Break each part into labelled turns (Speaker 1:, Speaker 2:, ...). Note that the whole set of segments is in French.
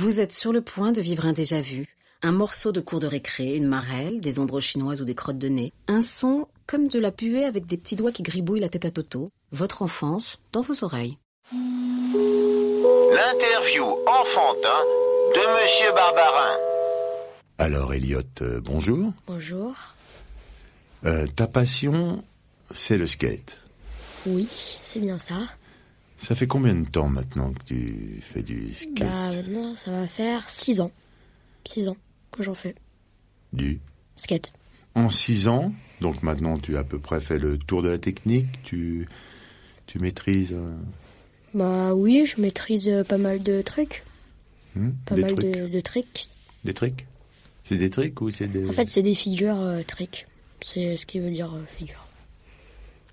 Speaker 1: Vous êtes sur le point de vivre un déjà-vu. Un morceau de cours de récré, une marelle, des ombres chinoises ou des crottes de nez. Un son comme de la puée avec des petits doigts qui gribouillent la tête à Toto. Votre enfance dans vos oreilles.
Speaker 2: L'interview enfantin de Monsieur Barbarin.
Speaker 3: Alors, Elliot, euh, bonjour.
Speaker 4: Bonjour.
Speaker 3: Euh, ta passion, c'est le skate.
Speaker 4: Oui, c'est bien ça.
Speaker 3: Ça fait combien de temps maintenant que tu fais du skate
Speaker 4: Bah maintenant ça va faire 6 ans. 6 ans que j'en fais.
Speaker 3: Du.
Speaker 4: Skate.
Speaker 3: En six ans, donc maintenant tu as à peu près fait le tour de la technique, tu, tu maîtrises euh,
Speaker 4: Bah oui, je maîtrise euh, pas mal de trucs.
Speaker 3: hmm,
Speaker 4: Pas
Speaker 3: des
Speaker 4: mal
Speaker 3: trucs.
Speaker 4: de, de tricks.
Speaker 3: Des tricks C'est des tricks ou c'est des.
Speaker 4: En fait c'est des figures euh, tricks. C'est ce qui veut dire euh, figure.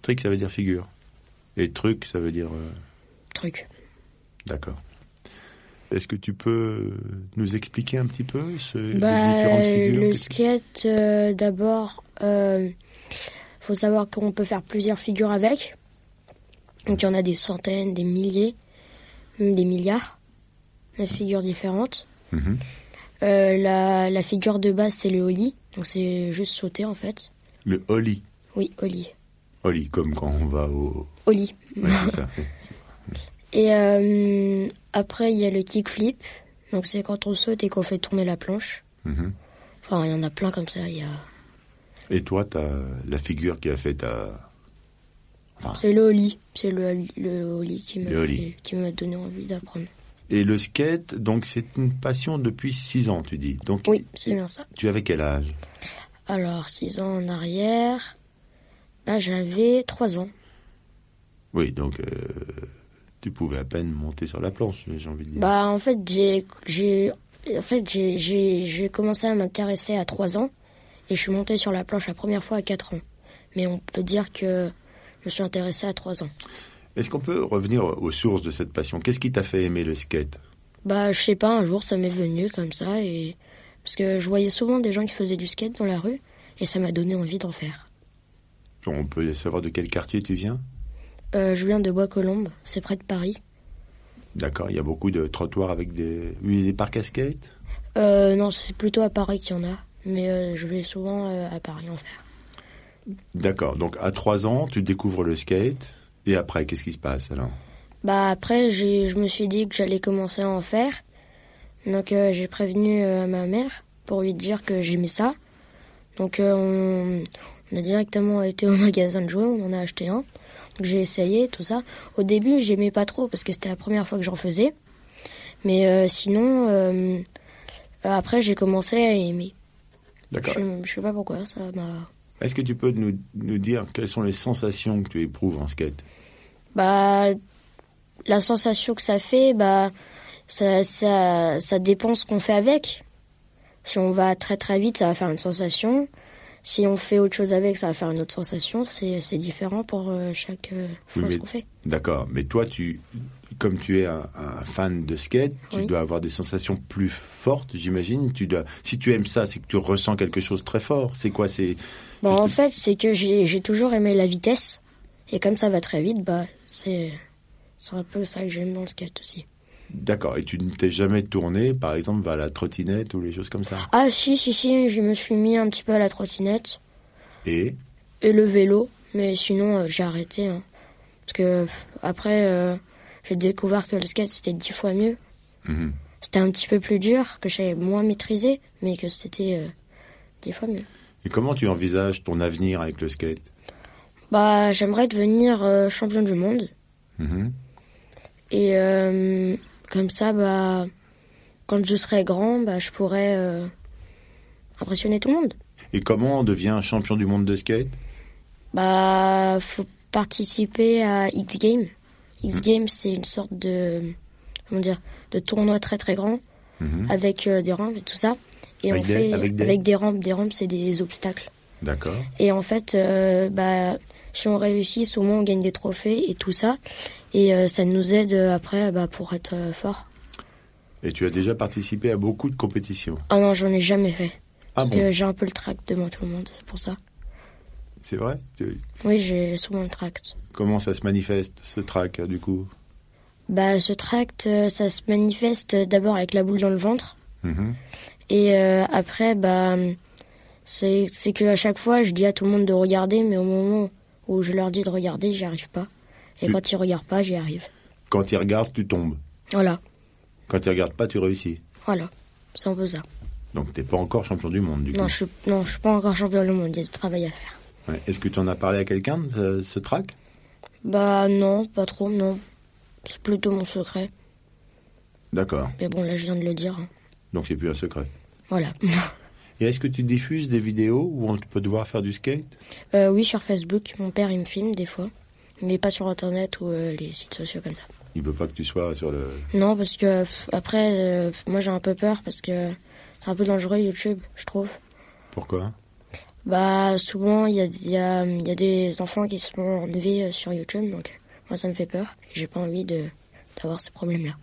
Speaker 3: Trick, ça veut dire figure. Et truc, ça veut dire. euh,
Speaker 4: Truc.
Speaker 3: D'accord. Est-ce que tu peux nous expliquer un petit peu ce, les
Speaker 4: Bah
Speaker 3: différentes figures
Speaker 4: le
Speaker 3: que tu-
Speaker 4: skate euh, d'abord euh, faut savoir qu'on peut faire plusieurs figures avec. Donc il y en a des centaines, des milliers, même des milliards de figures différentes.
Speaker 3: Mhm.
Speaker 4: Euh, la, la figure de base, c'est le ollie. Donc c'est juste sauter en fait.
Speaker 3: Le ollie.
Speaker 4: Oui, ollie.
Speaker 3: Ollie, comme quand on va au.
Speaker 4: Ollie.
Speaker 3: Ouais, c'est ça. ouais, c'est-
Speaker 4: Et euh, après, il y a le kickflip. Donc c'est quand on saute et qu'on fait tourner la planche.
Speaker 3: Mhm.
Speaker 4: Enfin, il y en a plein comme ça. Il y a...
Speaker 3: Et toi, t'as la figure qui a fait ta.
Speaker 4: C'est le ollie. C'est le, le ollie qui m'a
Speaker 3: Le ollie.
Speaker 4: fait- qui m'a donné envie d'apprendre.
Speaker 3: Et le skate, donc c'est une passion depuis 6 ans, tu dis. Donc,
Speaker 4: Oui, c'est bien ça.
Speaker 3: Tu avais quel âge
Speaker 4: Alors, 6 ans en arrière, bah, j'avais 3 ans.
Speaker 3: Oui, donc euh, tu pouvais à peine monter sur la planche, j'ai envie de dire.
Speaker 4: Bah en fait j'ai j'ai en fait j'ai j'ai j'ai commencé à m'intéresser à 3 ans et je suis monté sur la planche la première fois à 4 ans. Mais on peut dire que je me suis intéressé à 3 ans.
Speaker 3: Est-ce qu'on peut revenir aux sources de cette passion Qu'est-ce qui t'a fait aimer le skate
Speaker 4: Bah je sais pas, un jour ça m'est venu comme ça et parce que je voyais souvent des gens qui faisaient du skate dans la rue et ça m'a donné envie d'en faire.
Speaker 3: On peut savoir de quel quartier tu viens
Speaker 4: Euh, je viens de Bois-Colombes, c'est près de Paris.
Speaker 3: D'accord, il y a beaucoup de trottoirs avec des, oui, des parcs à skate
Speaker 4: Euh, non, c'est plutôt à Paris qu'il y en a, mais euh, je vais souvent euh, à Paris en faire.
Speaker 3: D'accord, donc à 3 ans, tu découvres le skate. Et après, qu'est-ce qui se passe alors
Speaker 4: Bah après, j'ai, je me suis dit que j'allais commencer à en faire. Donc euh, j'ai prévenu euh, ma mère pour lui dire que j'aimais ça. Donc euh, on, on a directement été au magasin de jouets, on en a acheté un. Donc j'ai essayé tout ça. Au début, j'aimais pas trop parce que c'était la première fois que j'en faisais. Mais euh, sinon, euh, après j'ai commencé à aimer.
Speaker 3: D'accord.
Speaker 4: Je, je sais pas pourquoi, ça m'a...
Speaker 3: Est-ce que tu peux nous, nous dire quelles sont les sensations que tu éprouves en skate
Speaker 4: Bah, la sensation que ça fait, bah, ça, ça, ça dépend ce qu'on fait avec. Si on va très très vite, ça va faire une sensation. Si on fait autre chose avec, ça va faire une autre sensation. C'est c'est différent pour euh, chaque euh, fois
Speaker 3: mais-
Speaker 4: ce qu'on fait.
Speaker 3: D'accord, mais toi, tu, comme tu es un, un fan de skate, tu
Speaker 4: Oui.
Speaker 3: dois avoir des sensations plus fortes, j'imagine. Tu dois, si tu aimes ça, c'est que tu ressens quelque chose de très fort. C'est quoi C'est
Speaker 4: Bon,
Speaker 3: je te-
Speaker 4: en fait, c'est que j'ai j'ai toujours aimé la vitesse. Et comme ça va très vite, bah, c'est c'est un peu ça que j'aime dans le skate aussi.
Speaker 3: d'accord. Et tu ne t'es jamais tourné, par exemple, vers la trottinette ou les choses comme ça.
Speaker 4: Ah, si, si, si, je me suis mis un petit peu à la trottinette.
Speaker 3: Et
Speaker 4: et le vélo, mais sinon euh, j'ai arrêté. hein. Parce que pff, après, euh, j'ai découvert que le skate c'était dix fois mieux.
Speaker 3: Mhm.
Speaker 4: C'était un petit peu plus dur, que j'avais moins maîtrisé, mais que c'était euh, dix fois mieux.
Speaker 3: et comment tu envisages ton avenir avec le skate
Speaker 4: Bah, j'aimerais devenir euh, champion du monde.
Speaker 3: Mhm.
Speaker 4: Et euh, comme ça, bah, quand je serai grand, bah, je pourrais euh, impressionner tout le monde.
Speaker 3: Et comment on devient champion du monde de skate
Speaker 4: Bah, faut participer à X Games.
Speaker 3: Mhm.
Speaker 4: X Games, c'est une sorte de comment dire de tournoi très très grand
Speaker 3: Mhm.
Speaker 4: avec euh, des rampes et tout ça. Et
Speaker 3: Avec
Speaker 4: on
Speaker 3: des-
Speaker 4: fait
Speaker 3: avec des-
Speaker 4: rampes, des rampes, c'est des obstacles.
Speaker 3: D'accord.
Speaker 4: Et en fait, euh, bah, si on réussit, au moins on gagne des trophées et tout ça. Et euh, ça nous aide euh, après bah, pour être euh, fort.
Speaker 3: Et tu as déjà participé à beaucoup de compétitions.
Speaker 4: Ah non, j'en ai jamais fait.
Speaker 3: Ah
Speaker 4: parce
Speaker 3: bon
Speaker 4: que j'ai un peu le tract devant tout le monde, c'est pour ça.
Speaker 3: C'est vrai Tu-
Speaker 4: Oui, j'ai souvent le tract.
Speaker 3: Comment ça se manifeste ce track du euh, coup
Speaker 4: Bah, ce tract, euh, ça se manifeste d'abord avec la boule dans le ventre.
Speaker 3: Mhm.
Speaker 4: Et euh, après, bah, c'est c'est que à chaque fois, je dis à tout le monde de regarder, mais au moment où je leur dis de regarder, j'y arrive pas. Et
Speaker 3: Tu-
Speaker 4: quand ils regardent pas, j'y arrive.
Speaker 3: Quand ils regardent, tu tombes.
Speaker 4: Voilà,
Speaker 3: Quand ils regardent pas, tu réussis.
Speaker 4: voilà. C'est un peu ça.
Speaker 3: Donc t'es pas encore champion du monde, du
Speaker 4: Non,
Speaker 3: coup.
Speaker 4: je suis, non, je suis pas encore champion du monde. Il y a du travail à faire.
Speaker 3: Ouais. Est-ce que tu en as parlé à quelqu'un, de ce, ce track
Speaker 4: Bah non, pas trop, non. C'est plutôt mon secret.
Speaker 3: D'accord.
Speaker 4: Mais bon, là, je viens de le dire. hein.
Speaker 3: Donc c'est plus un secret.
Speaker 4: Voilà.
Speaker 3: Et est-ce que tu diffuses des vidéos où on peut te voir faire du skate
Speaker 4: Euh, oui, sur Facebook. Mon père, il me filme des fois. Mais pas sur Internet ou euh, les sites sociaux comme ça.
Speaker 3: Il veut pas que tu sois sur le...
Speaker 4: Non, parce que pff, après, euh, pff, moi j'ai un peu peur parce que c'est un peu dangereux YouTube, je trouve.
Speaker 3: Pourquoi
Speaker 4: Bah, souvent il y a, il y, a, il y a des enfants qui se font enlever euh, sur YouTube, donc moi ça me fait peur. J'ai pas envie de d'avoir ce problème-là.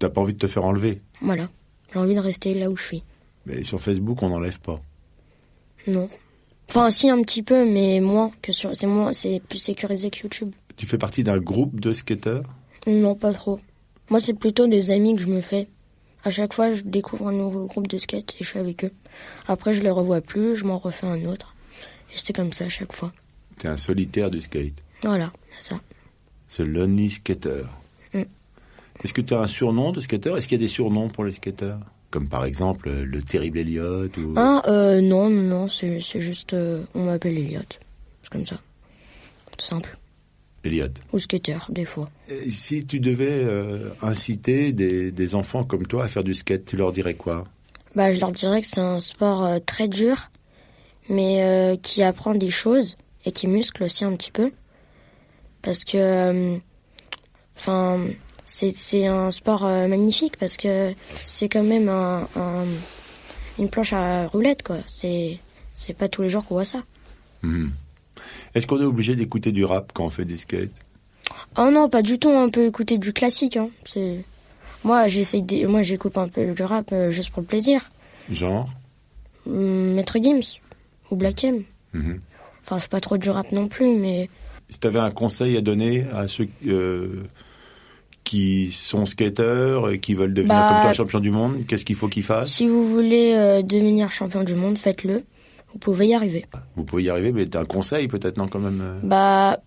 Speaker 3: T'as pas envie de te faire enlever.
Speaker 4: Voilà, j'ai envie de rester là où je suis.
Speaker 3: Mais sur Facebook, on n'enlève pas.
Speaker 4: Non. Enfin, si un petit peu, mais moins que sur. C'est moins, c'est plus sécurisé que YouTube.
Speaker 3: Tu fais partie d'un groupe de skateurs
Speaker 4: Non, pas trop. Moi, c'est plutôt des amis que je me fais. À chaque fois, je découvre un nouveau groupe de skate et je suis avec eux. Après, je les revois plus, je m'en refais un autre. Et c'est comme ça à chaque fois.
Speaker 3: T'es un solitaire du skate.
Speaker 4: Voilà, c'est ça.
Speaker 3: Ce lonely skater.
Speaker 4: Mm.
Speaker 3: Est-ce que tu as un surnom de skateur Est-ce qu'il y a des surnoms pour les skateurs Comme par exemple euh, le terrible Elliot ou...
Speaker 4: Ah, euh, non, non, non, c'est c'est juste. euh, on m'appelle Elliot. C'est comme ça. Simple.
Speaker 3: Elliot.
Speaker 4: Ou skater, des fois.
Speaker 3: Et Si tu devais euh, inciter des, des enfants comme toi à faire du skate, tu leur dirais quoi
Speaker 4: Bah, je leur dirais que c'est un sport euh, très dur, mais euh, qui apprend des choses et qui muscle aussi un petit peu. Parce que, euh, enfin, c'est c'est un sport euh, magnifique parce que c'est quand même un, un- une planche à roulette, quoi. C'est c'est pas tous les jours qu'on voit ça.
Speaker 3: Mhm. Est-ce qu'on est obligé d'écouter du rap quand on fait du skate
Speaker 4: Oh non, pas du tout. On peut écouter du classique. Hein. C'est moi, j'essaie. de- Moi, j'écoute un peu du rap euh, juste pour le plaisir.
Speaker 3: Genre
Speaker 4: Hum, Maître Gims ou Black M.
Speaker 3: Mhm.
Speaker 4: Enfin, c'est pas trop du rap non plus, mais
Speaker 3: Si tu avais un conseil à donner à ceux euh, qui sont skateurs et qui veulent devenir
Speaker 4: Bah-
Speaker 3: comme toi champion du monde, qu'est-ce qu'il faut qu'ils fassent
Speaker 4: si vous voulez euh, devenir champion du monde, faites-le. Vous pouvez y arriver.
Speaker 3: Vous pouvez y arriver, mais t'as un conseil peut-être, non, quand même euh
Speaker 4: Bah,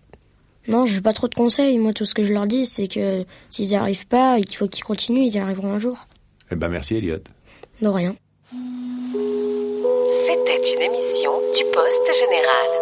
Speaker 4: non, j'ai pas trop de conseils. Moi, tout ce que je leur dis, c'est que s'ils y arrivent pas, il faut qu'ils continuent, ils y arriveront un jour.
Speaker 3: Eh ben merci, Elliot.
Speaker 4: De rien.
Speaker 5: C'était une émission du Poste Général.